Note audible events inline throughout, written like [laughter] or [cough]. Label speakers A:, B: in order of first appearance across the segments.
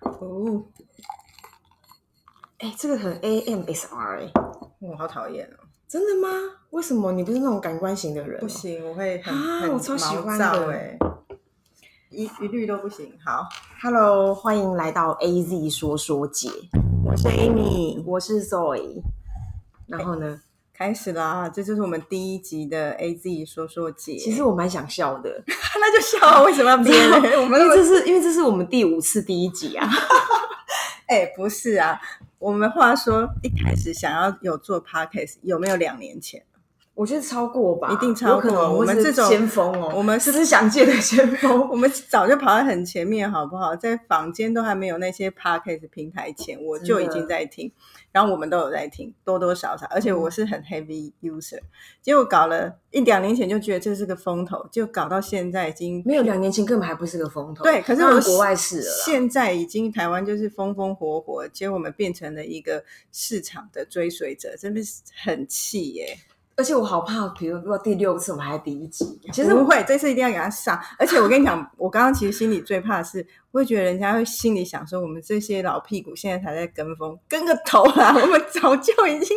A: 哦，
B: 哎、这个很 AMSR 哎、
A: 我好讨厌哦，
B: 真的吗？为什么你不是那种感官型的人、
A: 不，行，我会很
B: 啊
A: 很
B: 我超喜欢的
A: 哎，一一律都不行。好，
B: Hello，欢迎来到 AZ 说说姐，
A: 我是 Amy，
B: 我是 Zoe。然后呢，
A: 开始啦，这就是我们第一集的 AZ 说说姐。
B: 其实我蛮想笑的，
A: [laughs] 那就笑啊，为什么要憋呢？我
B: [laughs] 因
A: [laughs] 们
B: 为
A: 那么
B: 这是因为这是我们第五次第一集啊。
A: 哎、不是啊，我们话说一开始想要有做 podcast，有没有两年前？
B: 我觉得超过吧，
A: 一定超过
B: 有可能
A: 我们
B: 是
A: 这种
B: 先锋哦，
A: 我们
B: 思想界的先锋。
A: [laughs] 我们早就跑在很前面，好不好？在房间都还没有那些 podcast 平台前，我就已经在听，然后我们都有在听，多多少
B: 嗯
A: 少，而且我是很 heavy user，、结果搞了一两年前就觉得这是个风头，就搞到现在已经
B: 没有两年前根本还不是个风头，
A: 对，可是
B: 当然
A: 我
B: 国外是了啦，
A: 现在已经台湾就是风风火火，结果我们变成了一个市场的追随者，真的是很气耶、
B: 而且我好怕，比如说第六次我们还第一集，其实
A: 不会，这次一定要给他上。而且我跟你讲，我刚刚其实心里最怕的是，我会觉得人家会心里想说，我们这些老屁股现在才在跟风，跟个头啦！我们早就已经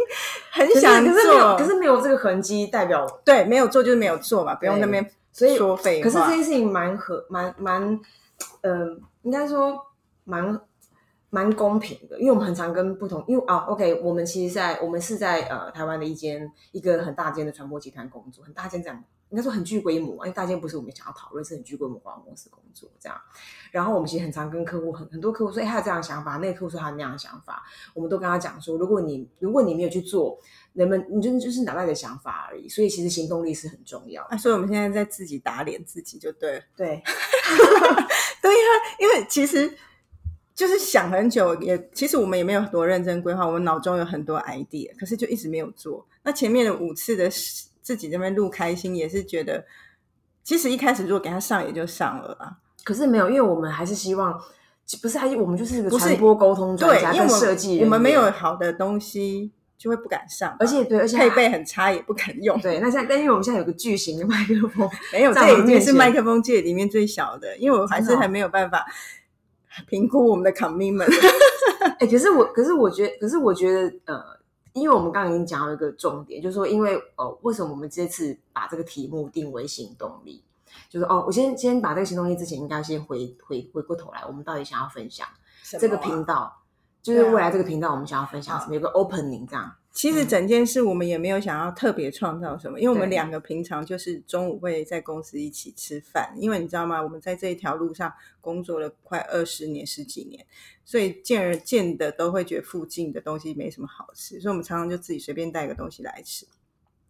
A: 很
B: 可是
A: 想
B: 可是没有，
A: 做，
B: 可是没有这个痕迹，代表
A: 对，没有做就是没有做嘛，不用那边
B: 所以
A: 说废
B: 可
A: 话。
B: 是这件事情蛮合，蛮蛮，呃，应该说蛮蛮公平的，因为我们很常跟不同，因为啊，OK，我们其实在我们是在呃台湾的一间一个很大间的传播集团工作，很大间这样，应该说很具规模，因为大间不是我们想要讨论，是很具规模化的公司工作这样。然后我们其实很常跟客户很很多客户说，哎、他有这样的想法，那个客户说他有那样的想法，我们都跟他讲说，如果你如果你没有去做，人们你就就是脑袋的想法而已，所以其实行动力是很重要的。
A: 啊，所以我们现在在自己打脸自己就对了。
B: 对，
A: 对呀、因为其实就是想很久也，其实我们也没有多认真规划，我们脑中有很多 idea，可是就一直没有做。那前面的五次的事自己这边录开心，也是觉得，其实一开始如果给他上也就上了啊。
B: 可是没有，因为我们还是希望，不是还是我们就是一个
A: 不是
B: 传播沟通专
A: 对
B: 家，
A: 因为
B: 跟
A: 我
B: 设计人
A: 我们没有
B: 员，
A: 好的东西，就会不敢上嘛，
B: 而且对，而且
A: 配备很差也不敢用。
B: 对。那现在，但因为我们现在有个巨型的麦克
A: [laughs]
B: 风，
A: 没有，
B: 在
A: 这
B: 我
A: 已
B: 们
A: 经
B: 面
A: 是
B: 前
A: 麦克风界里面最小的，因为我还
B: 真
A: 是
B: 的哦
A: 还没有办法评估我们的
B: [laughs]
A: commitment。
B: 哎、可是我，可是我觉得，可是我觉得，呃，因为我们刚刚已经讲到一个重点，就是说，因为呃，为什么我们这次把这个题目定为行动力？就是哦，我先先把这个行动力之前，应该先回回回过头来，我们到底想要分享这个
A: 什么啊
B: 频道，就是
A: 对啊
B: 未来这个频道我们想要分享
A: 好
B: 什么，有个 opening 这样。
A: 其实整件事我们也没有想要特别创造什么，因为我们
B: 对
A: 两个平常就是中午会在公司一起吃饭，因为你知道吗？我们在这一条路上工作了快二十年、十几年，所以见而见的都会觉得附近的东西没什么好吃，所以我们常常就自己随便带个东西来吃。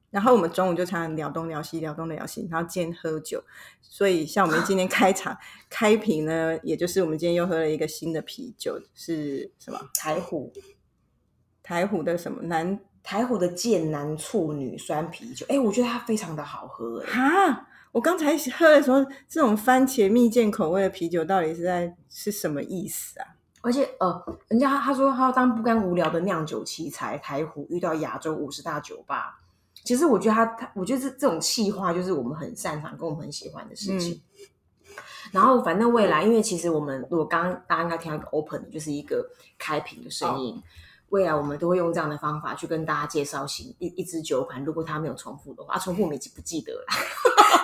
A: 然后我们中午就常常聊东聊西，聊东聊西，然后兼喝酒。所以像我们今天开场开瓶呢，也就是我们今天又喝了一个新的啤酒，是什么？
B: 台虎
A: 台虎的什么南
B: 台虎的剑南处女酸啤酒，哎、我觉得它非常的好喝、哎，
A: 哈，我刚才喝的时候，这种番茄蜜饯口味的啤酒到底是在是什么意思啊？
B: 而且呃，人家他说他要当不甘无聊的酿酒奇才，台虎遇到亚洲五十大酒吧，其实我觉得他他，我觉得这这种气话就是我们很擅长跟我们很喜欢的事情。然后，反正未来，因为其实我们如果刚刚大家应该听到一个 open，就是一个开瓶的声音。未来我们都会用这样的方法去跟大家介绍新一一支酒款，如果它没有重复的话，啊、重复我们已经不记得了。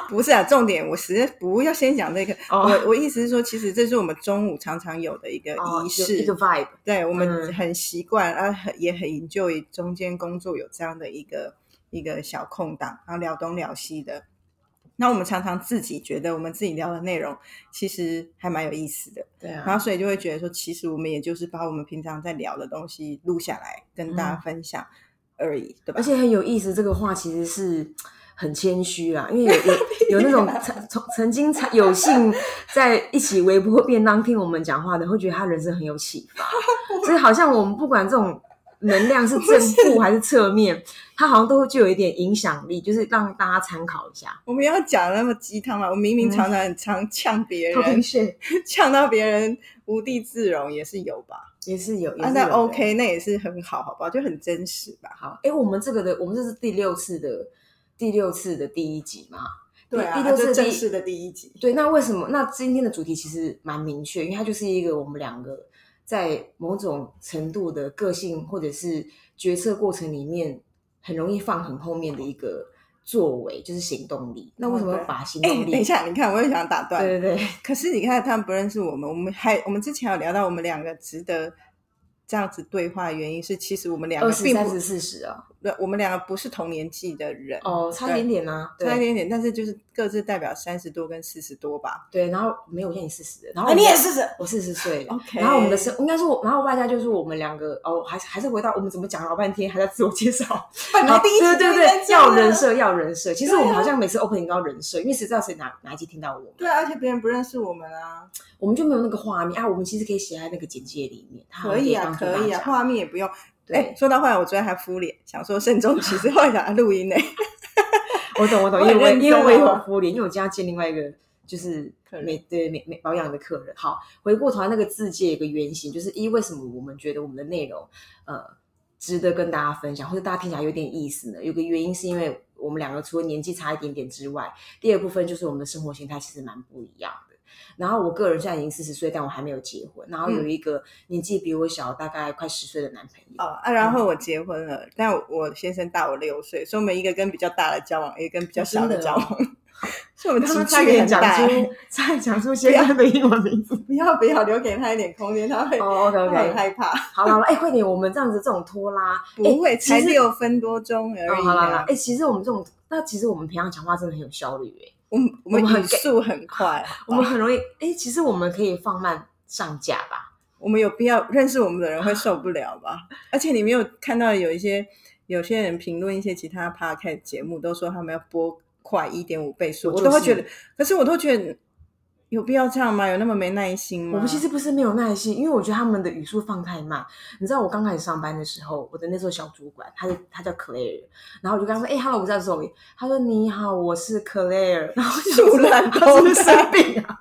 A: 不是啊，重点我实在不要先讲这个。
B: 哦
A: 我我意思是说，其实这是我们中午常常有的一个
B: 哦
A: 仪
B: 就一
A: 式，
B: 个 vibe，
A: 对我们
B: 嗯
A: 很习惯，啊，很也很 enjoy 中间工作有这样的一个一个小空档，然后聊东聊西的。那我们常常自己觉得我们自己聊的内容其实还蛮有意思的。
B: 对啊
A: 然后所以就会觉得说，其实我们也就是把我们平常在聊的东西录下来跟大家
B: 嗯
A: 分享而已，对吧？ [laughs]
B: 而且很有意思，这个话其实是很谦虚啦，
A: [laughs]
B: 因为有有有那种曾曾曾经参有幸在一起微波便当听我们讲话的，会觉得他人生很有启
A: [laughs]
B: 发，所以好像我们不管这种。能量是正负还是侧面，它好像都会具有一点影响力，就是让大家参考一下。
A: 我们要讲那么鸡汤嘛，我明明
B: 嗯
A: 常常很常呛
B: [laughs]
A: 别
B: 偷
A: 人 [laughs]
B: 听，穴
A: 呛到别人无地自容也是有吧？
B: 也是有，也
A: 啊，
B: 是
A: 那
B: 有的
A: OK，那也是很好，好不好？就很真实吧。
B: 好。哎，我们这个的，我们这是第六次的第六次的第一集嘛？
A: 对啊，
B: 第六次
A: 这
B: 的
A: 正
B: 第
A: 式的第一集。
B: 对，那为什么？那今天的主题其实蛮明确，因为它就是一个我们两个在某种程度的个性或者是决策过程里面，很容易放很后面的一个作为，就是行动力。那为什么要把行
A: 哎、
B: 动力？
A: 等一下，你看，我也想打断。
B: 对对对，
A: 可是你看，他们不认识我们，我们还我们之前有聊到，我们两个值得这样子对话的原因是，其实我们两
B: 二
A: 个
B: 十
A: 并
B: 三
A: 不
B: 十，四十啊，
A: 对我们两个不是同年纪的人，
B: 哦，差一点点啊，
A: 差一
B: 对
A: 点点，但是就是各自代表三十多跟四十多吧。
B: 对。然后没有，我现在你四十，然后
A: 啊
B: 我
A: 你也
B: 们
A: 40，
B: 我四十岁了。
A: OK
B: 然后我们的生，应该是我，然后外加就是我们两个哦，还是还是回到我们怎么讲老半天，还在自我介绍。
A: 本来
B: 好
A: 第一集
B: 对
A: 就
B: 对
A: 应该
B: 对，
A: 这样
B: 要
A: 啊
B: 人，设要人设。其实我
A: 对
B: 们
A: 啊
B: 好像每次 opening 都要人设，因为谁知道谁哪哪一集听到我们，
A: 对啊，而且别人不认识我们啊，
B: 我们就没有那个画面啊。我们其实可以写在那个简介里面，它好像
A: 可以
B: 以
A: 啊，
B: 帮助
A: 可以
B: 大
A: 啊，
B: 家
A: 画面也不用。哎，
B: 对，
A: 说到后来，我昨天还敷脸，想说慎重其事， [laughs] 后来想啊录音呢，
B: 我懂我懂，
A: 我
B: 因为
A: 很
B: 我也
A: 认真
B: 因为我也有
A: 哦
B: 敷脸，因为我今天要见另外一个就是
A: 客人
B: 美对美美保养的客人。好，回过头来那个字界有个原型，就是一为什么我们觉得我们的内容呃值得跟大家分享，或者大家听起来有点意思呢？有个原因是因为我们两个除了年纪差一点点之外，第二部分就是我们的生活形态其实蛮不一样的。然后我个人现在已经四十岁，但我还没有结婚。然后有一个年纪比我小大概快十岁的男朋友，
A: 嗯哦啊，然后我结婚了，但我先生大我六岁，所以我们一个跟比较大的交往，一个跟比较小哦的交往， [laughs] 所以我们
B: 他
A: 情
B: 们差
A: 趣
B: 点
A: 很
B: 讲
A: 大。欸
B: 出，差点讲出先生的英文名
A: [laughs]
B: 字。
A: 不要不要，留给他一点空间，他会、
B: 哦，OK
A: 他
B: OK，
A: 很害怕。哎
B: 好了好了，哎、快点，我们这样子这种拖拉，哎
A: 不会，才
B: 其实
A: 六分多钟而
B: 哦，
A: 已、
B: 好啦好啦，
A: 啊
B: 哎、。其实我们这种，那其实我们平常讲话真的很有效率、哎，
A: 我们我们
B: 我们很
A: 语速很快，啊
B: 我们很容易，哎、其实我们可以放慢上架吧？
A: 我们有必要认识我们的人会受不了
B: [laughs]
A: 吧？而且你没有看到有一些有些人评论一些其他 podcast 节目，都说他们要播快一点五倍速，
B: 我
A: 我
B: 就
A: 都会
B: 是
A: 觉得，可是我都觉得有必要这样吗？有那么没耐心吗？
B: 我们其实不是没有耐心，因为我觉得他们的语速放太慢。你知道我刚开始上班的时候，我的那时候小主管，他是他叫 Claire，然后我就跟他说，哎、h e l l o 我叫 Zoe，他说你好，我是 Claire，然后我就想
A: 树
B: 说
A: 懒
B: 他是不是
A: 公仔
B: 生病啊？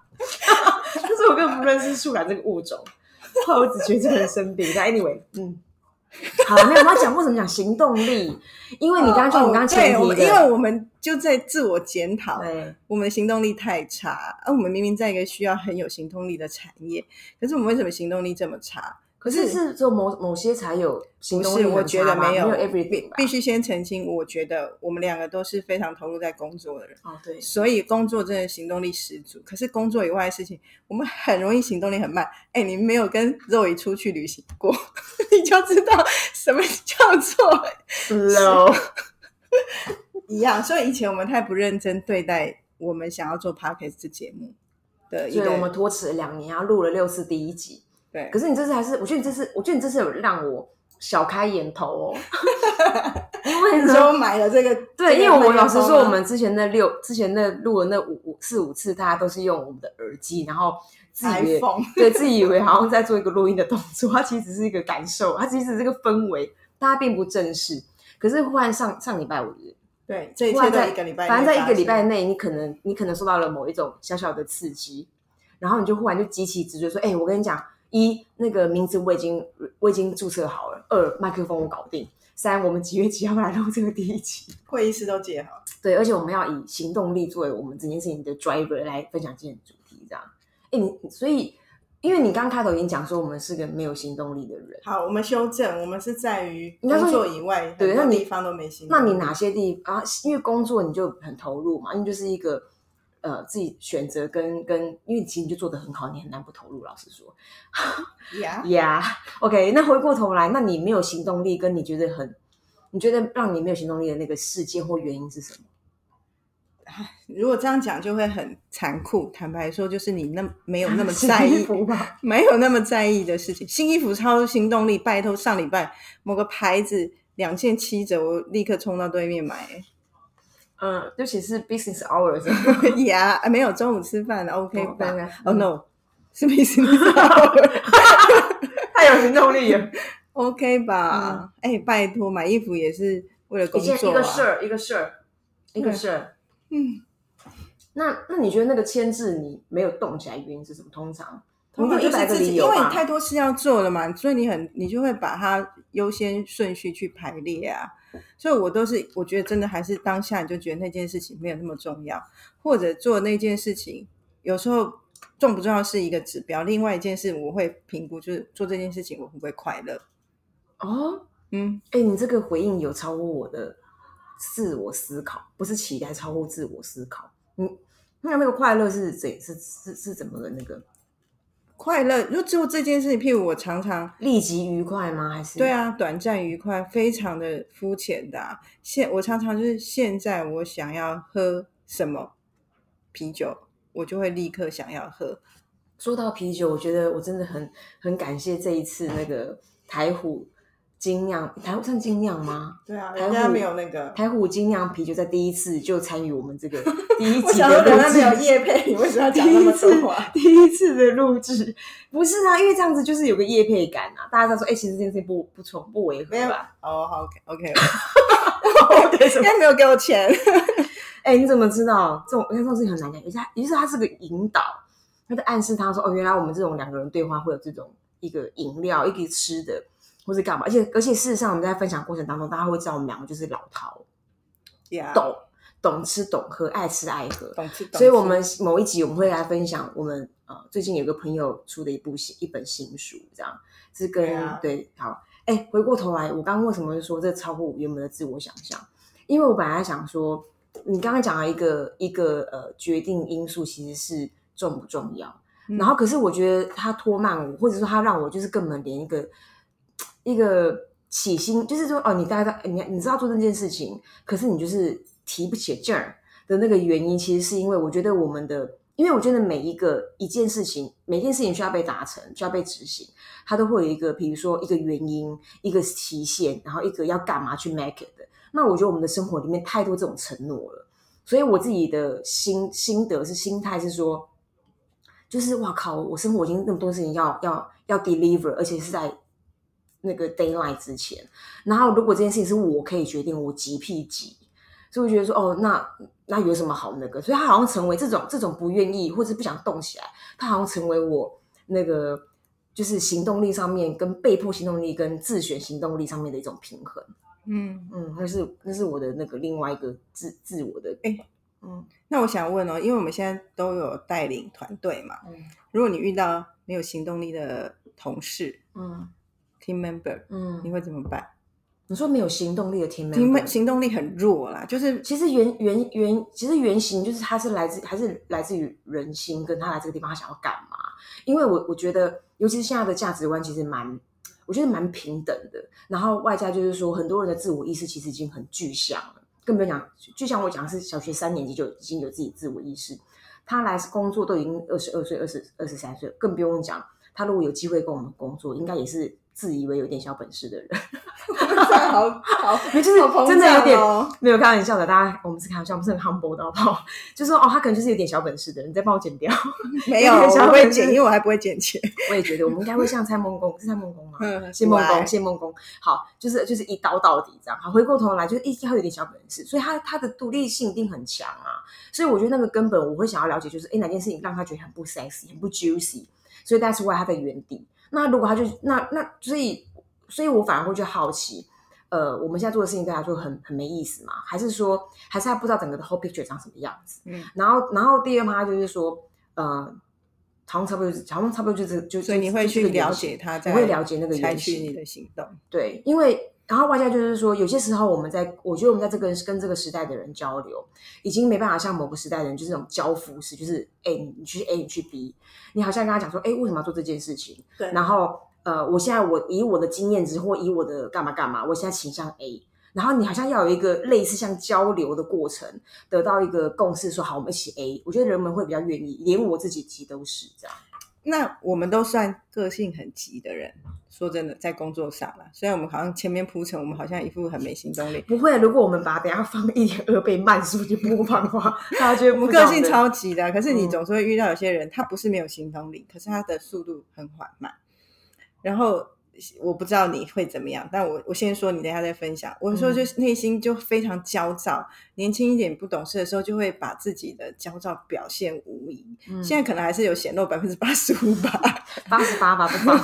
B: 但是我根本不认识树懒这个物种，后来我只觉得这个人生病。但 anyway，嗯，好了，没有我们要讲为什么讲行动力，因为你刚刚就、
A: 哦
B: 你刚刚
A: 哦
B: 前
A: 对
B: 提
A: 我
B: 的，
A: 们因为我们就在自我检讨，
B: 对
A: 我们的行动力太差，啊而、我们明明在一个需要很有行动力的产业，可是我们为什么行动力这么差？
B: 可是是只有某某些才有行
A: 不
B: 动
A: 是，
B: 力
A: 我
B: 很
A: 觉
B: 差
A: 得
B: 吧，
A: 没
B: 没
A: 有
B: everything
A: 必
B: 吧？
A: 必须先澄清，我觉得我们两个都是非常投入在工作的人，
B: 哦，对，
A: 所以工作真的行动力十足。可是工作以外的事情，我们很容易行动力很慢。哎，你没有跟肉姨出去旅行过， [laughs] 你就知道什么叫做啊
B: [laughs] slow。
A: 一样。所以以前我们太不认真对待我们想要做 podcast 这节目的一
B: 所以
A: 个
B: 我们拖迟了两年，然后录了六次第一集。
A: 对。
B: 可是你这次还是，我觉得你这次，我觉得你这次有让我小开眼
A: [laughs]
B: 头哦，因为
A: 你
B: 呢，
A: 就买了这个，
B: [laughs] 对，
A: 这
B: 因为我
A: 个麦克
B: 老实
A: 风
B: 说，
A: 吗
B: 我们之前那六，之前那录了那五五四五次，大家都是用我们的耳机，然后自以为
A: iPhone
B: [laughs] 对自以为好像在做一个录音的动作，它其实只是一个感受，它其实只是一个氛围，大家并不正式。可是忽然上上礼拜五日，
A: 对，这一
B: 忽
A: 切
B: 然
A: 都
B: 在
A: 一个礼拜内发
B: 反
A: 生，
B: 正在一个礼拜内，你可能你可能受到了某一种小小的刺激，然后你就忽然就激起直觉说：“哎、我跟你讲，一那个名字我已经我已经注册好了，二麦克风我搞定，三我们几月几号来录这个第一集？ [laughs]
A: 会议室都借好了，
B: 对，而且我们要以行动力作为我们这件事情的 driver 来分享今天的主题，这样。哎、你所以因为你刚开头已经讲说我们是个没有行动力的人，
A: 好，我们修正，我们是在于
B: 应该说
A: 工
B: 你
A: 作以外，
B: 对
A: 很多
B: 那你
A: 地方都没行动。
B: 那你哪些地啊？因为工作你就很投入嘛，因为就是一个呃自己选择跟跟，因为其实你就做的很好，你很难不投入。老实说
A: 呀
B: [laughs] ，Yeah，OK、那回过头来，那你没有行动力，跟你觉得很，你觉得让你没有行动力的那个事件或原因是什么？
A: 如果这样讲就会很残酷。坦白说，就是你那没有那么
B: [laughs]
A: 在
B: 是衣
A: 意，
B: 服吧？
A: 没有那么在意的事情。新衣服超行动力，拜托上礼拜某个牌子两件七折，我立刻冲到对面买、 [laughs]
B: 嗯，尤其是 business [laughs] hours。
A: 呀没有中午吃饭的 OK
B: 哦
A: 吧
B: 对对？
A: 哦
B: 嗯
A: no，什么意思？你
B: [laughs]
A: 知道吗
B: 太有行动力了，
A: [laughs] OK 吧？哎、拜托，买衣服也是为了工
B: 一件
A: 作、
B: 嗯
A: 啊、
B: 一个事儿，一个事儿，一个事儿。
A: 嗯，
B: 那那你觉得那个牵制你没有动起来，原因是什么？通常，
A: 通常
B: 一
A: 就是
B: 百个
A: 自己，
B: 理
A: 因
B: 由
A: 为
B: 吧
A: 你太多事要做了嘛，所以你很你就会把它优先顺序去排列啊。所以我都是我觉得真的还是当下你就觉得那件事情没有那么重要，或者做那件事情有时候重不重要是一个指标，另外一件事我会评估就是做这件事情我会不会快乐。
B: 哦，
A: 嗯，
B: 哎、你这个回应有超过我的自我思考，不是期待，超过自我思考。你那那个快乐是怎是是是怎么个那个
A: 快乐如果做这件事情，譬如我常常
B: 立即愉快吗？还是
A: 对？啊，短暂愉快，非常的肤浅的、啊。现我常常就是现在我想要喝什么啤酒，我就会立刻想要喝。
B: 说到啤酒，我觉得我真的很很感谢这一次那个台虎精酿，台虎算精酿吗？
A: 对啊
B: 人家没有
A: 那个，
B: 台虎精酿啤酒在第一次就参与我们这个第一
A: 我
B: 集
A: 想说
B: 的
A: 人
B: 录
A: 家
B: 制，
A: 没有叶配，你为什么要讲那么多话？
B: 第一次的录制，不是啊，因为这样子就是有个业配感啊，大家在说，哎、其实这件事情不不冲不违和
A: [laughs] 没有
B: 吧？
A: 哦，好，OK [laughs] OK，
B: 对什
A: 应
B: 么
A: 该没有给我钱。
B: 哎、你怎么知道这种？因为这种事情很难讲，也是他，也是他是个引导，他在暗示他说，哦，原来我们这种两个人对话会有这种一个饮料，一个吃的，或是干嘛？而且而且事实上，我们在分享过程当中，大家会知道我们两个就是老饕，
A: [laughs] 呀
B: 懂懂吃懂喝，爱吃爱喝，
A: 懂吃懂吃，
B: 所以，我们某一集我们会来分享我们呃最近有个朋友出的一部新一本新书，这样是跟
A: 对啊
B: 对好哎、回过头来，我刚刚为什么会说这超过我原本的自我想象？因为我本来想说，你刚刚讲了一个一个呃决定因素其实是重不重要，
A: 嗯
B: 然后可是我觉得它拖慢我，或者说它让我就是根本连一个一个起心，就是说哦，你大概你你知道做这件事情，可是你就是提不起劲儿的那个原因，其实是因为我觉得我们的，因为我觉得每一个一件事情，每件事情需要被达成，需要被执行，它都会有一个，比如说一个原因，一个期限，然后一个要干嘛去 make it 的。那我觉得我们的生活里面太多这种承诺了，所以我自己的心心得是心态是说，就是哇靠，我生活已经那么多事情要要要 deliver，而且是在那个 d a y l i g h t 之前。然后如果这件事情是我可以决定，我急屁急，所以我觉得说哦，那那有什么好那个？所以他好像成为这种这种不愿意或者不想动起来，他好像成为我那个。就是行动力上面跟被迫行动力跟自选行动力上面的一种平衡，
A: 嗯，
B: 嗯，那是那是我的那个另外一个自自我的，
A: 哎
B: 嗯
A: 那我想问哦，因为我们现在都有带领团队嘛，
B: 嗯
A: 如果你遇到没有行动力的同事
B: 嗯
A: team member，你
B: 嗯，
A: 会怎么办？
B: 你说没有行动力的天
A: team
B: member，
A: mem- 行动力很弱
B: [laughs]
A: 啦， [laughs] 就是
B: 其实原原原，其实原型就是它是来自还是来自于人心，跟他来这个地方他想要干嘛？因为我我觉得，尤其是现在的价值观，其实蛮我觉得蛮平等的。然后外加就是说，很多人的自我意识其实已经很具象了，更不用讲具象。我讲的是小学三年级就已经有自己自我意识，他来工作都已经二十二岁、二十二十三岁，更不用讲他如果有机会跟我们工作，应该也是自以为有点小本事的人。
A: 好好，
B: 就是
A: 好膨
B: 真的有点
A: 胀哦
B: 没有开玩笑的，大家我们是开玩笑，我们是很 humble 的好不好？ [laughs] 就说哦，他可能就是有点小本事的人，你再帮我剪掉。
A: 没有，
B: 有点小
A: 我会
B: 本事
A: 剪，因为我还不会剪钱。
B: 我也觉得我们应该会像蔡梦工，是蔡梦工吗？
A: [laughs] 嗯
B: 谢梦
A: 乖
B: 工，谢梦工，好，就是就是一刀到底这样。好，回过头来就是一定要有点小本事，所以他他的独立性一定很强啊。所以我觉得那个根本我会想要了解，就是诶哪件事情让他觉得很不 sexy，很不 juicy，所以 that's why 他在原地。那如果他就那那所以所以我反而会去好奇，呃，我们现在做的事情对他来说很很没意思嘛？还是说还是他不知道整个的 whole picture 长什么样子？
A: 嗯，
B: 然后然后第二趴就是说，呃。好像差不多就是，好像差不多就是就，
A: 所以你会
B: 就
A: 去
B: 就这个原
A: 了
B: 型
A: 解他，
B: 我会了解那个
A: 采
B: 原
A: 取
B: 型
A: 你的行动。
B: 对，因为然后外加就是说，有些时候我们在，我觉得我们在这个跟这个时代的人交流，已经没办法像某个时代的人就是那种交付式，就是哎、你你去 A，你去 B，你好像跟他讲说，哎、为什么要做这件事情？
A: 对
B: 然后呃，我现在我以我的经验值或以我的干嘛干嘛，我现在倾向 A。然后你好像要有一个类似像交流的过程，得到一个共识说好，我们一起 A。我觉得人们会比较愿意，连我自己其实都是这样。
A: 那我们都算个性很急的人，说真的，在工作上啦，虽然我们好像前面铺陈，我们好像一副很没行动力，
B: 不会，如果我们把它等一下放一点二倍慢速去播放的话，大家觉得
A: 我
B: 不
A: 们
B: 知道
A: 个性
B: 的
A: 超级的啊。可是你
B: 嗯
A: 总是会遇到有些人，他不是没有行动力，可是他的速度很缓慢。然后我不知道你会怎么样，但我我先说，你等一下再分享。我说
B: 嗯
A: 就是内心就非常焦躁，年轻一点不懂事的时候，就会把自己的焦躁表现无遗。
B: 嗯
A: 现在可能还是有显露百分之八十五吧。 [laughs]
B: 八十八吧，不放。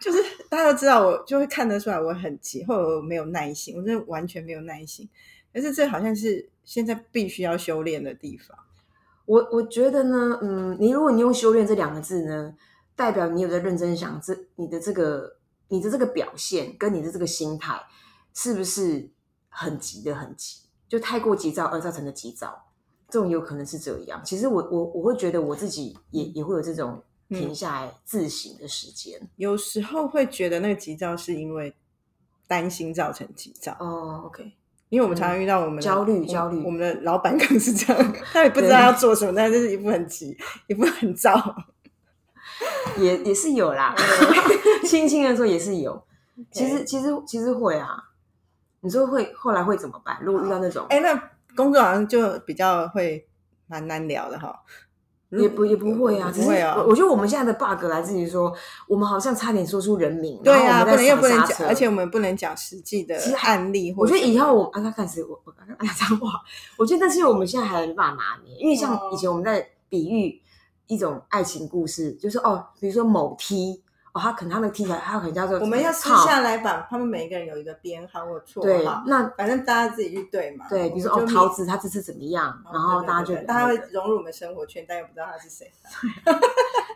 A: 就是大家都知道我，就会看得出来我很急，或者我没有耐心，我真的完全没有耐心。可是这好像是现在必须要修炼的地方。
B: [laughs] 我我觉得呢，嗯，你如果你用修炼这两个字呢，代表你有在认真想这你的这个你的这个表现跟你的这个心态是不是很急的很急，就太过急躁而造成的急躁，这种有可能是这样。其实我我我会觉得我自己也也会有这种停下来自省的时间。
A: 有时候会觉得那个急躁是因为担心造成急躁，
B: 哦，OK，
A: 因为我们常常遇到我们的
B: 嗯焦虑
A: 我们
B: 焦虑
A: 我们的老板可能是
B: [laughs]
A: 这样，他也不知道要做什么，但就是一副很急，一副很躁。
B: 也也是有啦，[laughs]
A: 嗯
B: 轻轻的说也是有。其实其实其实会啊，你说会后来会怎么办？如果遇到那种，
A: 哎、那工作好像就比较会蛮难聊的哈。
B: 也不也不会啊，只
A: 不
B: 是
A: 会啊
B: 我。我觉得我们现在的 bug 来自于说，我们好像差点说出人名，
A: 对
B: 呀、
A: 啊，不能又不能
B: 讲，
A: 讲，而且我们不能讲实际的
B: 其实还
A: 案例或
B: 我
A: 什
B: 觉
A: 么。
B: 得以后我啊，那开始我我刚刚讲脏话， [laughs] 我觉得但是因为我们现在还没办法拿捏，因为像
A: 哦
B: 以前我们在比喻一种爱情故事，就是哦，比如说某 T 哦，他可能他那个 T 台，他可能叫做
A: 我们要私
B: top，
A: 下来把他们每一个人有一个编号或绰
B: 对
A: 号，，
B: 那
A: 反正大家自己去对嘛。
B: 对，比如
A: 我
B: 说哦，
A: 们就
B: 桃
A: 密
B: 子她这次怎么样？
A: 哦
B: 然后
A: 对对
B: 大家就
A: 对对大家会融入我们生活圈，但又不知道他是谁。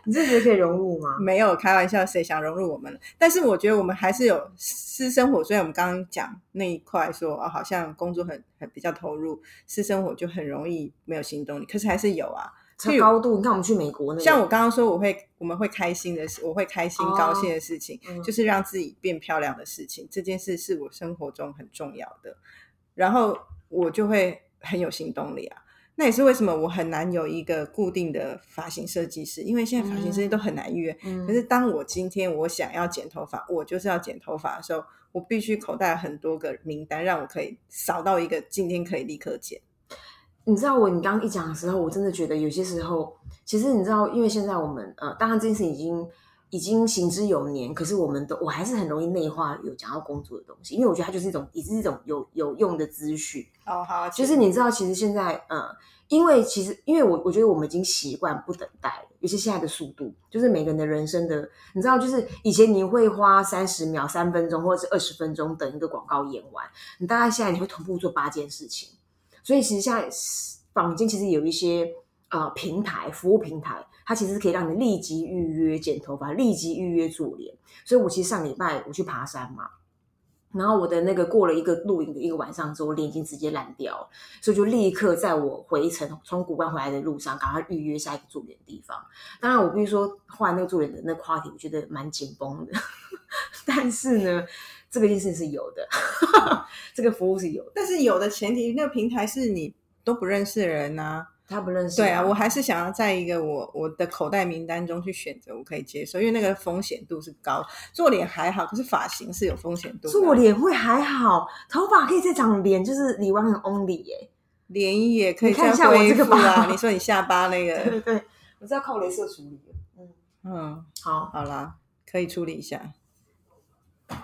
B: 你这觉得可以融入吗？
A: 没有开玩笑，谁想融入我们？但是我觉得我们还是有私生活，所以我们刚刚讲那一块说哦，好像工作很很比较投入，私生活就很容易没有行动力。可是还是有啊，
B: 这
A: 譬如
B: 高度，你看我们去美国那个，
A: 像我刚刚说，我会我们会开心的事，我会开心
B: 哦
A: 高兴的事情，
B: 嗯
A: 就是让自己变漂亮的事情，这件事是我生活中很重要的。然后我就会很有行动力啊。那也是为什么我很难有一个固定的发型设计师，因为现在发型设计都很难约。
B: 嗯，
A: 可是当我今天我想要剪头发，我就是要剪头发的时候，我必须口袋有很多个名单，让我可以扫到一个今天可以立刻剪。
B: 你知道我你刚刚一讲的时候，我真的觉得有些时候，其实你知道，因为现在我们呃，当然这件事已经已经行之有年，可是我们都我还是很容易内化有讲到工作的东西，因为我觉得它就是一种也是一种有有用的资讯。
A: 哦，好啊，
B: 其实你知道，其实现在呃，因为其实因为我我觉得我们已经习惯不等待了，尤其现在的速度，就是每个人的人生的，你知道，就是以前你会花三十秒、三分钟或者是二十分钟等一个广告演完，你大概现在你会同步做八件事情，所以其实现在坊间其实有一些呃平台服务平台，它其实是可以让你立即预约剪头发、立即预约做脸。所以我其实上礼拜我去爬山嘛，然后我的那个过了一个露营的一个晚上之后，脸已经直接烂掉了，所以就立刻在我回程从古关回来的路上，赶快预约下一个驻点地方。当然，我必须说，后来那个驻点的那个话题，我觉得蛮紧绷的， [laughs] 但是呢，这个件事是有的， [laughs] 这个服务是有的。
A: 但是有的前提，那个平台是你都不认识的人呐、
B: 他不认识，
A: 对啊，我还是想要在一个我我的口袋名单中去选择我可以接受，因为那个风险度是高。做脸还好，可是发型是有风险度的。
B: 做脸会还好，头发可以再长脸，就是李完很 only 耶、
A: 脸也可以
B: 你看
A: 再
B: 一下我
A: 恢
B: 这个
A: 复啊。
B: 吧
A: 你说你下巴那个，
B: 对，我是要靠镭射处理的。嗯，
A: 嗯，
B: 好，
A: 好啦，可以处理一下。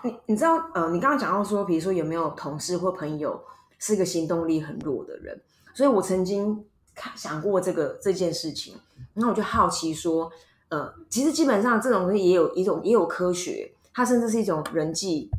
B: 你你知道，呃，你刚刚讲到说，比如说有没有同事或朋友是个行动力很弱的人，所以我曾经看想过这个这件事情，那我就好奇说，呃，其实基本上这种东西也有一种也有科学，它甚至是一种人际，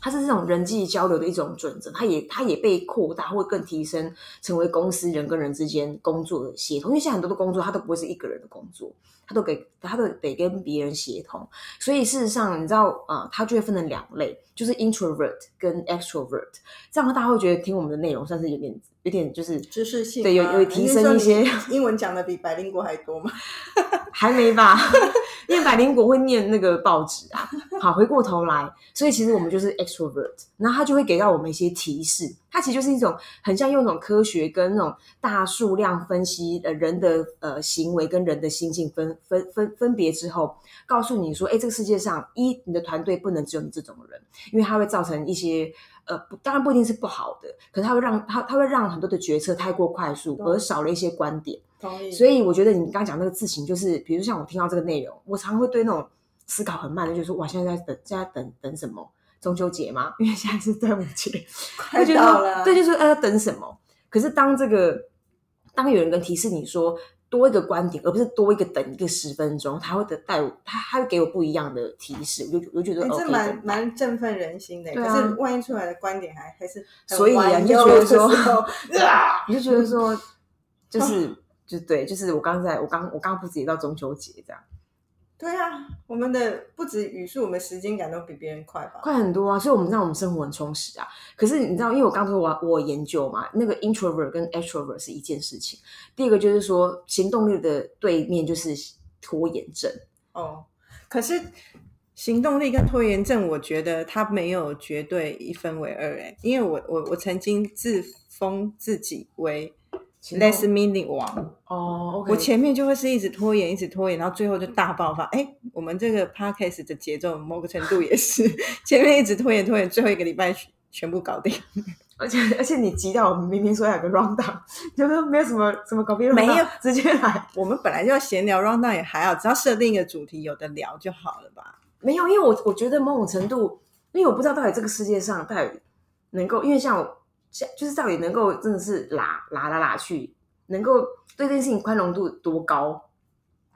B: 它是这种人际交流的一种准则，它也它也被扩大或更提升，成为公司人跟人之间工作的协同，因为现在很多的工作它都不会是一个人的工作，它都给它都得跟别人协同。所以事实上，你知道，呃，它就会分成两类，就是 introvert 跟 extrovert。这样大家会觉得听我们的内容算是有点有点就是
A: 知识性啊
B: 对有有提升一些，
A: 英文讲的比百灵国还多吗？
B: 还没吧？ [laughs] 因为百灵果会念那个报纸啊。好，回过头来，所以其实我们就是 extrovert，然后它就会给到我们一些提示。它其实就是一种很像用一种科学跟那种大数量分析呃人的呃行为跟人的心境分分分分别之后，告诉你说，哎，这个世界上一你的团队不能只有你这种人，因为它会造成一些。呃，不，当然不一定是不好的，可是它会让它它会让很多的决策太过快速，而少了一些观点。
A: 同意。
B: 所以我觉得你刚刚讲那个字情，就是比如像我听到这个内容，我常会对那种思考很慢的，就是哇，现在在等，现在等等什么？中秋节吗？ [laughs] 因为现在是端午节，
A: 快
B: 就
A: 到了，
B: 对，就是呃，等什么？可是当这个当有人跟提示你说多一个观点，而不是多一个等一个十分钟，他会得带我，他他会给我不一样的提示，我就我就觉得、
A: 哎
B: 哦，
A: 这蛮蛮振奋人心的。
B: 对
A: 可
B: 啊
A: 是万一出来的观点还还是很
B: 所以啊
A: 弯
B: 你就 [laughs]
A: 腰
B: 觉得
A: 的时
B: 说
A: 候啊
B: 你就觉得说，就是就对，就是我刚在我刚我刚不止也到中秋节这样，
A: 对啊，我们的不止语速，我们时间感都比别人快吧？
B: 快很多啊，所以我们让我们生活很充实啊。可是你知道，因为我刚说我我研究嘛，那个 introvert 跟 extrovert 是一件事情。第一个就是说，行动力的对面就是拖延症，
A: 哦，可是行动力跟拖延症，我觉得它没有绝对一分为二诶，因为我我我曾经自封自己为
B: 行动
A: less minute 王，
B: 哦，OK，
A: 我前面就会是一直拖延，一直拖延，然后最后就大爆发。哎，我们这个 podcast 的节奏某个程度也是 [laughs] 前面一直拖延拖延，最后一个礼拜全全部搞定。
B: 而且而且你急到我们明明说两个 round down，就是 [laughs] 没有什么什么搞别人
A: 没有
B: 直接来，
A: 我们本来就要闲聊 round down 也还好，只要设定一个主题，有的聊就好了吧？
B: 没有，因为我我觉得某种程度，因为我不知道到底这个世界上到底能够，因为像我像就是到底能够真的是拉拉拉拉去，能够对这件事情宽容度多高。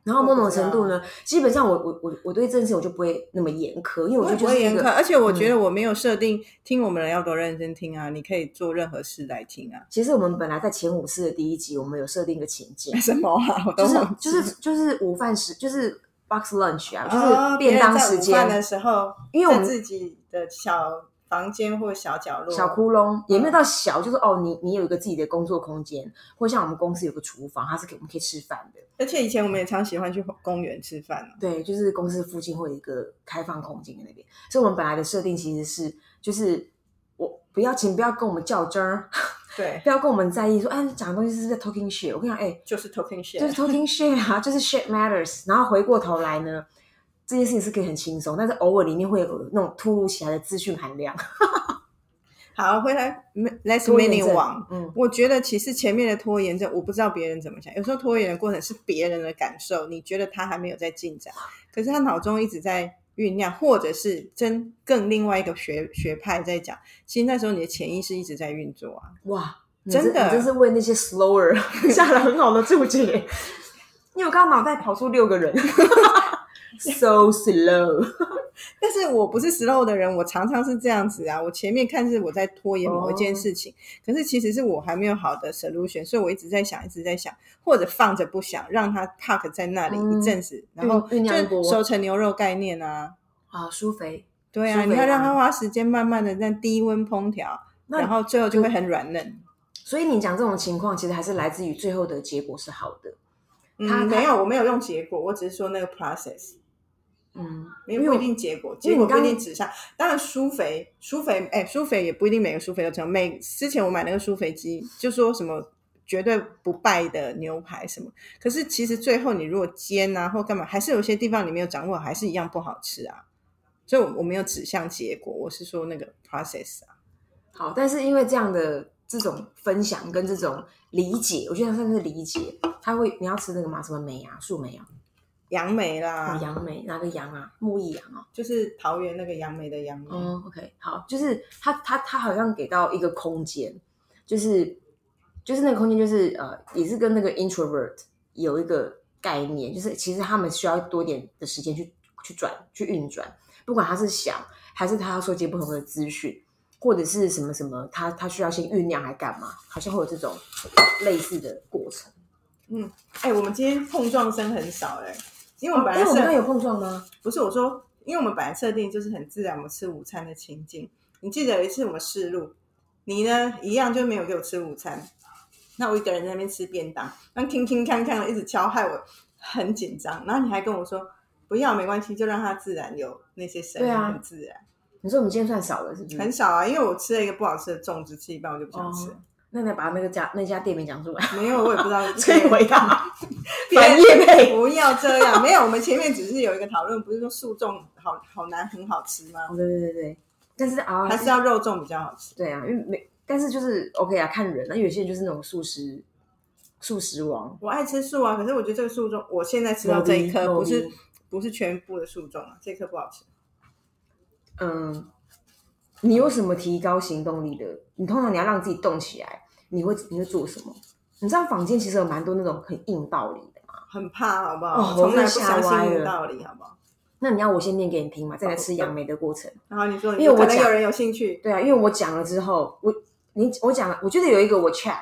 B: 然后某种程度
A: 啊
B: 呢，基本上我我我我对这件事情我就不会那么严苛，因为我觉
A: 我
B: 得
A: 不
B: 就是
A: 会
B: 一
A: 严
B: 个嗯
A: 苛，而且我觉得我没有设定、听我们的人要多认真听啊，你可以做任何事来听啊。 [laughs]
B: 其实我们本来在前五次的第一集，我们有设定一个情
A: [laughs]
B: 境，
A: 什么啊？我都
B: 就是
A: 忘
B: 就
A: 记
B: 是就是午饭时，就是 box lunch 啊，
A: 哦
B: 就是便当时
A: 别人在午饭
B: 间
A: 的时候，
B: 因为我们
A: 在自己的小房间或小角落，
B: 小窟窿也没有到小，就是哦，你你有一个自己的工作空间，或像我们公司有个厨房，它是给我们可以吃饭的。
A: 而且以前我们也常喜欢去公园吃饭啊。
B: 对，就是公司附近会有一个开放空间在那边，所以我们本来的设定其实是，就是我不要请不要跟我们较真儿， [laughs]
A: 对，
B: 不要跟我们在意说，哎，你讲的东西是不是在 talking shit。我跟你讲，哎、
A: 就是 talking
B: 就
A: shit
B: 是。偷听 shit 啊，就是 shit matters。然后回过头来呢，这件事情是可以很轻松，但是偶尔里面会有那种突如其来的资讯含量。
A: 好，回来
B: 嗯
A: less
B: 拖延
A: mini
B: 症
A: 网。
B: 嗯，
A: 我觉得其实前面的拖延症，我不知道别人怎么想。有时候拖延的过程是别人的感受，你觉得他还没有在进展，可是他脑中一直在酝酿，或者是真更另外一个学学派在讲。其实那时候你的潜意识一直在运作啊。
B: 哇，你
A: 真的
B: 你真是为那些 slower [laughs] 下了很好的注解。 [laughs] 因为我刚刚脑袋跑出六个人 [laughs] ，so slow。
A: 但是我不是 slow 的人，我常常是这样子啊。我前面看是我在拖延某一
B: 哦
A: 件事情可是其实是我还没有好的 solution，所以我一直在想，一直在想，或者放着不想，让它 park 在那里
B: 嗯
A: 一阵子，然后
B: 酝酝酿一
A: 就
B: 波
A: 熟成牛肉概念啊。
B: 好，舒肥。
A: 对
B: 舒
A: 啊，
B: 肥
A: 你要让它
B: 啊
A: 花时间，慢慢的在低温烹调，
B: 那
A: 然后最后就会很软嫩。
B: 所以你讲这种情况，其实还是来自于最后的结果是好的。它
A: 嗯，没有，我没有用结果，我只是说那个 process。
B: 嗯，
A: 没有不一定结果，
B: 因为
A: 结
B: 你
A: 果不一
B: 刚
A: 定指向。当然，舒肥，舒肥，哎，舒肥也不一定每个舒肥都成功。每之前我买那个舒肥机，就说什么绝对不败的牛排什么，可是其实最后你如果煎啊或干嘛，还是有些地方你没有掌握，还是一样不好吃啊。所以我，我没有指向结果，我是说那个 process 啊。
B: 好，但是因为这样的这种分享跟这种理解，我觉得它算是理解。它会，你要吃那个嘛？什么梅啊？树梅啊？
A: 杨梅啦，
B: 哦，杨梅，哪个杨啊？木易杨啊？
A: 就是桃园那个杨梅的杨梅。
B: 哦，OK，好，就是它它它好像给到一个空间，就是就是那个空间，就是呃，也是跟那个 introvert 有一个概念，就是其实他们需要多点的时间去去转去运转，不管他是想还是他要收集不同的资讯，或者是什么什么，他他需要先酝酿还干嘛，好像会有这种类似的过程。
A: 哎、我们今天碰撞声很少哎、因为我
B: 哦
A: 们本
B: 哎，
A: 来
B: 我们
A: 是
B: 刚有碰撞吗？
A: 不是我说，因为我们本来设定就是很自然，我们吃午餐的情境。你记得有一次我们试录，你呢一样就没有给我吃午餐，那我一个人在那边吃便当，那听听看看的一直敲，害我很紧张。然后你还跟我说不要没关系，就让它自然有那些声
B: 对
A: 音，
B: 啊
A: 很自然，
B: 你说我们今天算少了是不是？
A: 很少啊。因为我吃了一个不好吃的粽子，吃一半我就不想吃，
B: 哦那你把那个家那家店名讲出
A: [laughs]
B: 来，
A: 没有我也不
B: [laughs]
A: 知道
B: 摧毁它。
A: 别
B: 反业配
A: [laughs] 不要这样，没有，我们前面只是有一个讨论，不是说素粽好好难很好吃吗？
B: 哦，对对对对，但是啊，
A: 还是要肉粽比较好吃？
B: 对啊，因为每但是就是 OK 啊，看人啊，有些人就是那种素食素食王，
A: 我爱吃素啊，可是我觉得这个素粽，我现在吃到这一颗
B: 某
A: 不
B: 梨
A: 是
B: 某梨
A: 不是全部的素粽啊，这颗不好吃。
B: 嗯，你有什么提高行动力的？你通常你要让自己动起来，你会你会做什么？你知道坊间其实有蛮多那种很硬道理的嘛，
A: 很怕，好不好？
B: 哦
A: 我
B: 我
A: 从来
B: 真的
A: 不
B: 吓
A: 相信
B: 歪
A: 硬
B: 了
A: 道理，好不好？
B: 那你要我先念给你听嘛，再来吃杨梅的过程。
A: 然后你说，
B: 因为我
A: 可能
B: 讲
A: 有人有兴趣，
B: 对啊，因为我讲了之后，我你我讲了，我觉得有一个我 check，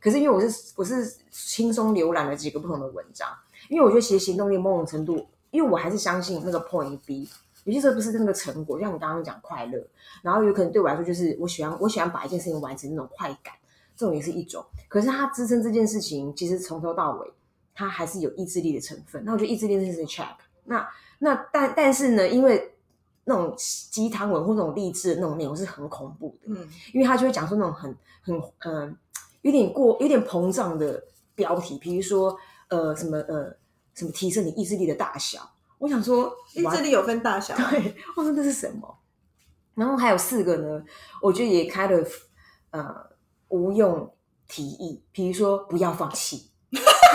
B: 可是因为我是我是轻松浏览了几个不同的文章，因为我觉得其实行动力某种程度，因为我还是相信那个 point B，有些时候不是那个成果，像你刚刚讲快乐，然后有可能对我来说就是我喜欢我喜欢把一件事情完成那种快感，这种也是一种。可是它支撑这件事情，其实从头到尾，它还是有意志力的成分。那我觉得意志力这件事情 check。那那但但是呢，因为那种鸡汤文或那种励志的那种内容是很恐怖的，
A: 嗯，
B: 因为他就会讲出那种很很嗯、呃有点过有点膨胀的标题，比如说呃什么呃什么提升你意志力的大小。我想说，
A: 意志力有分大小，
B: 对，我说这是什么？然后还有四个呢，我觉得也开了呃无用提议，比如说不要放弃，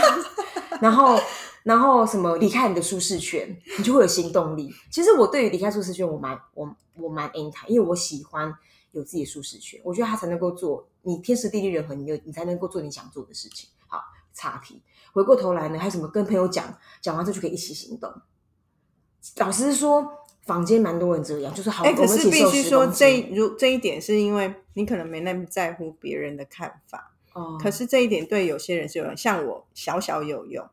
B: [laughs] 然后然后什么离开你的舒适圈，你就会有行动力。其实我对于离开舒适圈我，蛮我我蛮 anti，因为我喜欢有自己的舒适圈，我觉得他才能够做你天时地利人和，你有你才能够做你想做的事情。好，岔题，回过头来呢，还有什么跟朋友讲，讲完之后就可以一起行动。老实说，坊间蛮多人这样，就是好，
A: 哎、
B: 我
A: 可
B: 们一
A: 是
B: 起
A: 必
B: 瘦
A: 须
B: 十
A: 说
B: 公
A: 这
B: 斤。
A: 一如这一点，是因为你可能没那么在乎别人的看法，
B: 哦
A: 可是这一点对有些人是有用，像我小小有用。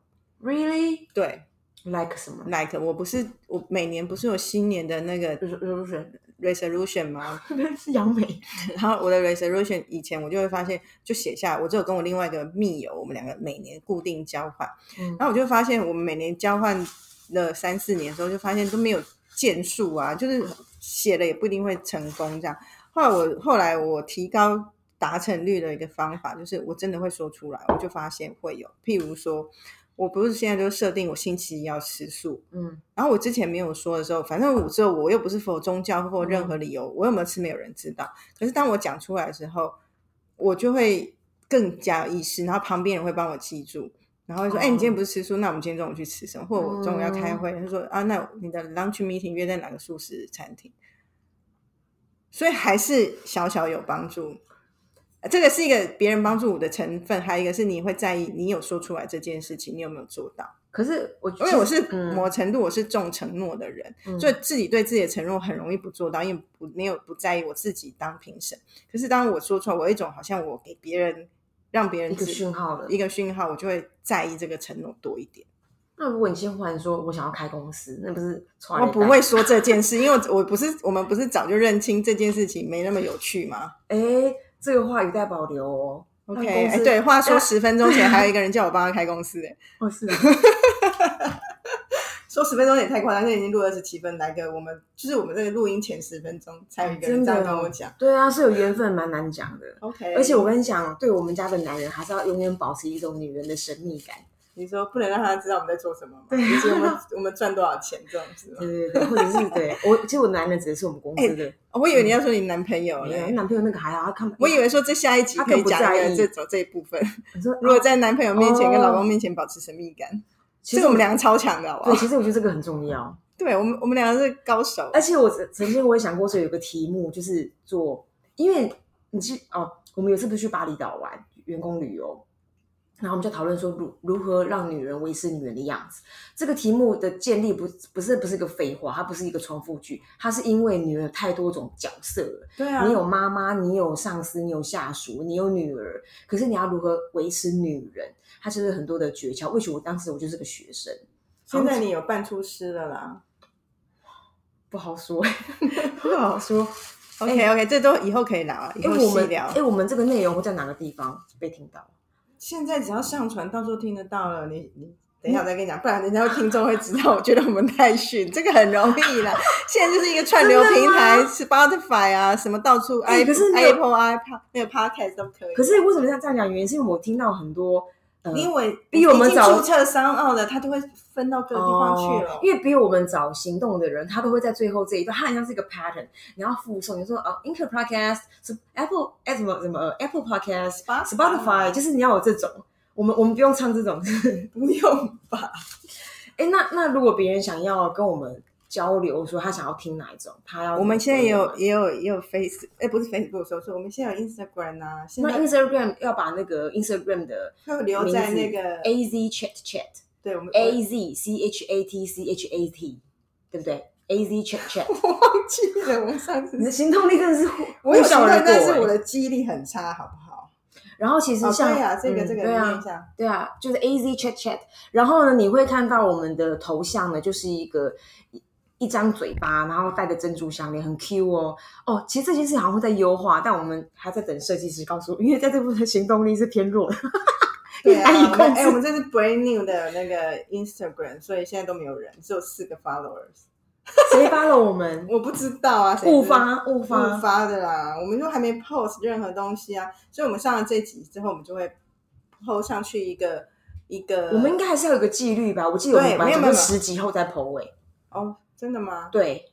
B: really
A: 对
B: like 什么
A: ，like 我不是我每年不是有新年的那个
B: resolution
A: [laughs] resolution 吗？
B: 是杨梅
A: 然后我的 resolution 以前我就会发现，就写下，我就有跟我另外一个密友，我们两个每年固定交换，
B: 嗯
A: 然后我就发现我们每年交换了三四年之后，就发现都没有建树啊，就是写了也不一定会成功这样。后来我后来我提高达成率的一个方法，就是我真的会说出来，我就发现会有，譬如说。我不是现在就设定我星期一要吃素，
B: 嗯
A: 然后我之前没有说的时候，反正我之后我又不是否宗教或任何理由，我有没有吃没有人知道。可是当我讲出来的时候，我就会更加有意识，然后旁边人会帮我记住，然后会说：“
B: 哦
A: 哎、你今天不是吃素，那我们今天中午去吃什么？”或者我中午要开会，他说：“啊，那你的 lunch meeting 约在哪个素食餐厅？”所以还是小小有帮助。呃这个是一个别人帮助我的成分，还有一个是你会在意你有说出来这件事情，你有没有做到？
B: 可是我
A: 因为我是
B: 嗯
A: 某程度我是重承诺的人，
B: 嗯
A: 所以自己对自己的承诺很容易不做到，因为不没有不在意我自己当评审。可是当我说出来，我有一种好像我给别人让别人
B: 一个
A: 知
B: 讯号了。
A: 一个讯号，我就会在意这个承诺多一点。
B: 那如果你先忽然说我想要开公司，那不是传
A: 我不会说这件事，因为我我不是我们不是早就认清这件事情没那么有趣吗
B: 哎，这个话语带保留哦。
A: ？OK，
B: 让公
A: 哎、
B: 司呃
A: 对，话说
B: 让
A: 十分钟
B: [laughs]
A: 前还有一个人叫我帮他开公司、哎，
B: 哦 [laughs] 是啊，
A: 说十分钟也太夸张，现在已经录二十七分，来个我们就是我们这个录音前十分钟才有一个
B: 啊
A: 人
B: 真
A: 这
B: 的
A: 样跟我讲。
B: 对啊，是有缘分，蛮难讲的。
A: OK，
B: 而且我跟你讲，对我们家的男人还是要永远保持一种女人的神秘感，
A: 你说不能让他知道我们在做什么吗？以及我们我们赚多少钱这种事吗？
B: 对对对，或者是对我，其实我男人指的是我们公司的，
A: [laughs] 哦我以为你要说你男朋友
B: 没有
A: 嘞，
B: 男朋友那个还好，他看不
A: 我以为说这下一集可以讲
B: 他可不在
A: 一
B: 意
A: 个这种这一部分。
B: 你说
A: 如果在男朋友面前
B: 哦
A: 跟老公面前保持神秘感，
B: 其
A: 这
B: 实
A: 个我们两个超强的，好不
B: 对，
A: 好？
B: 其实我觉得这个很重要。
A: 对哎我们我们两个是高手。
B: 而且我曾曾经我也想过说有个题目就是做，因为你去哦，我们有次不是去巴厘岛玩员工旅游，然后我们就讨论说如如何让女人维持女人的样子。这个题目的建立不不是不是一个废话，它不是一个重复句，它是因为女人有太多种角色了。
A: 对啊，
B: 你有妈妈，你有上司，你有下属，你有女儿，可是你要如何维持女人？它就是很多的诀窍。或许我当时我就是个学生，
A: 现在你有半出师了啦。
B: 不好说，不好说。
A: OK OK，这都以后可以聊啊，以
B: 哎，
A: 后
B: 我
A: 细
B: 们
A: 聊
B: 哎、。我们这个内容会在哪个地方被听到？
A: 现在只要上传，到时候听得到了。你你
B: 嗯
A: 等一下我再跟你讲，不然人家会听众会知道。我 [laughs] 觉得我们太逊， [laughs] 这个很容
B: [laughs]
A: 易啦。现在就是一个串流平台，Spotify 啊，什么到处 i、
B: 哎可是那
A: Apple、iPod 那个 Podcast 都可以。
B: 可是为什么要这样讲？原因是因为我听到很多呃
A: 因为
B: 比我们
A: 已经
B: 早
A: 注册商奥了，他就会分到各个地方去了。
B: 哦因为比我们早行动的人，他都会在最后这一段，他很像是一个 pattern，你要附送，你说哦 i n c o r Podcast 是 Apple 哎什么什么呃 Apple Podcast
A: Spotify
B: Spotify，就是你要有这种，我们我们不用唱这种。
A: 不用吧？
B: 哎，那那如果别人想要跟我们交流，说他想要听哪一种，他要
A: 我们现在也
B: 怎么
A: 有也有也有 Face，哎、不是 Facebook 说说，我们现在有 Instagram 啊，现
B: 那
A: 在
B: Instagram 要把那个 Instagram 的
A: 会留在那个，
B: A Z Chat Chat。
A: 对，我们
B: A Z C H A T C H A T，对不对？A Z chat chat， [laughs]
A: 我忘记了，我们上次
B: 你的行动力真的是
A: 我有
B: 呼啸
A: 行
B: 而
A: 动，
B: 过
A: 但是我
B: 欸
A: 的记忆力很差，好不好？
B: 然后其实
A: 哦，
B: 像、
A: 对呀，这个
B: 嗯
A: 这个
B: 对啊
A: 念一下，
B: 对啊，就是 A Z Chat Chat。然后呢，你会看到我们的头像呢，就是一个一一张嘴巴，然后戴个珍珠项链，很 Q 哦。哦，其实这件事好像会在优化，但我们还在等设计师告诉我，因为在这部分的行动力是偏弱的。
A: 对
B: [laughs]
A: 啊，
B: 难以
A: 我们
B: 控
A: 哎，
B: 制
A: 我们这是 brand new 的那个 Instagram，所以现在都没有人，只有四个 followers。
B: 谁发了我
A: [laughs]
B: 们？
A: 我不知道啊，谁知道
B: 误发误
A: 发
B: 发，
A: 发的啦，我们都还没 post 任何东西啊，所以我们上了这集之后，我们就会 post 上去一个一个。
B: 我们应该还是要有个纪律吧？我记得我们
A: 对
B: 本来
A: 没有
B: 就是
A: 没有
B: 十集后再 PO 尾。
A: 哦，真的吗？
B: 对，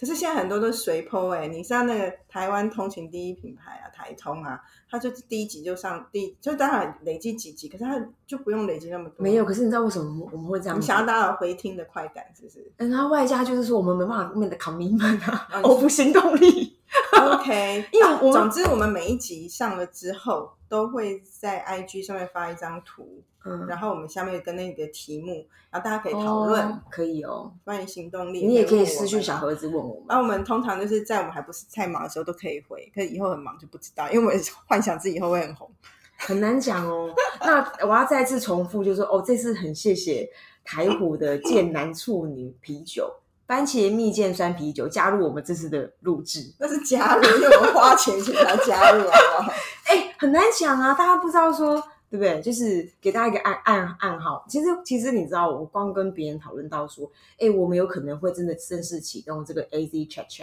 A: 可是现在很多都是随 PO 哎、你像那个台湾通勤第一品牌啊，台通啊，它就是第一集就上第，就当然累积几集，可是它就不用累积那么多。
B: 没有。，可是你知道为什么我们会这样
A: 你
B: 子？
A: 想要大家有回听的快感，是
B: [laughs]
A: 不是
B: 嗯，然后外加就是说我们没办法面对 commitment 啊
A: 啊，你
B: 我不行动力。
A: ？OK，
B: 因为我
A: 总之我们每一集上了之后，都会在 IG 上面发一张图，
B: 嗯，
A: 然后我们下面跟那个题目，然后大家可以讨论。
B: 哦可以哦。
A: 关于行动力，
B: 你也可以
A: 问我
B: 私
A: 们
B: 讯小。盒子问我们。
A: 那、我们通常就是在我们还不是太忙的时候都可以回，可是以后很忙就不知道，因为我也幻想自己以后会很红。
B: 很难讲哦。那我要再次重复，就是说哦，这次很谢谢台虎的剑南处女啤酒、番茄蜜饯酸啤酒加入我们这次的录制。
A: 那是加入，因为我们花钱请他加入，
B: [laughs]
A: 好不好？
B: 哎，很难讲啊，大家不知道说。对不对？就是给大家一个暗暗暗号。其实，其实你知道，我光跟别人讨论到说，哎，我们有可能会真的正式启动这个 AZ Chat Chat，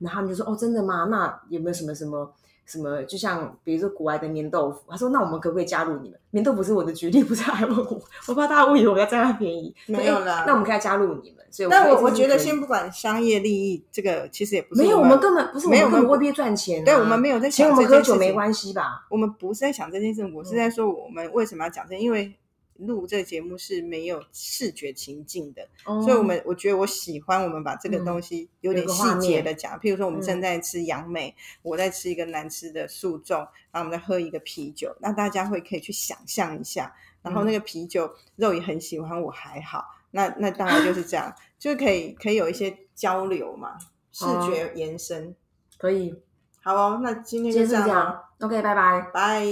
B: 然后他们就说，哦，真的吗？那有没有什么什么什么？就像比如说国外的棉豆腐，他说，那我们可不可以加入你们？棉豆腐是我的举例，不是还问我，我怕大家误以为我在占他便宜。
A: 没有啦
B: 哎那我们可以来加入你们。所以
A: 但
B: 我
A: 我我觉得先
B: 先
A: 不管商业利益，这个其实也不是
B: 没有，我
A: 我
B: 们根本不是，
A: 没有
B: 我们根
A: 我们
B: 本未必赚钱、啊。
A: 对我们没有在
B: 请
A: 想
B: 我们
A: 这件
B: 喝
A: 事
B: 酒
A: 情
B: 没关系嗯吧？
A: 我们不是在想这件事，我是在说我们为什么要讲这，因为录这个节目是没有视觉情境的，所以我们我觉得我喜欢我们把这个嗯东西哦嗯有点细节的讲，譬如说我们正在吃杨梅，我在吃一个难吃的素粽，然后我们在喝一个啤酒，那大家会可以去想象一下，然后那个啤酒肉也很喜欢，我还好，那那当然就是 [laughs] 这样，就是可以可以有一些交流嘛，视觉延伸。
B: 可以
A: 好哦，那今天
B: 今天
A: 就这
B: 是这
A: 样哦，
B: 样，OK，拜拜。
A: 拜。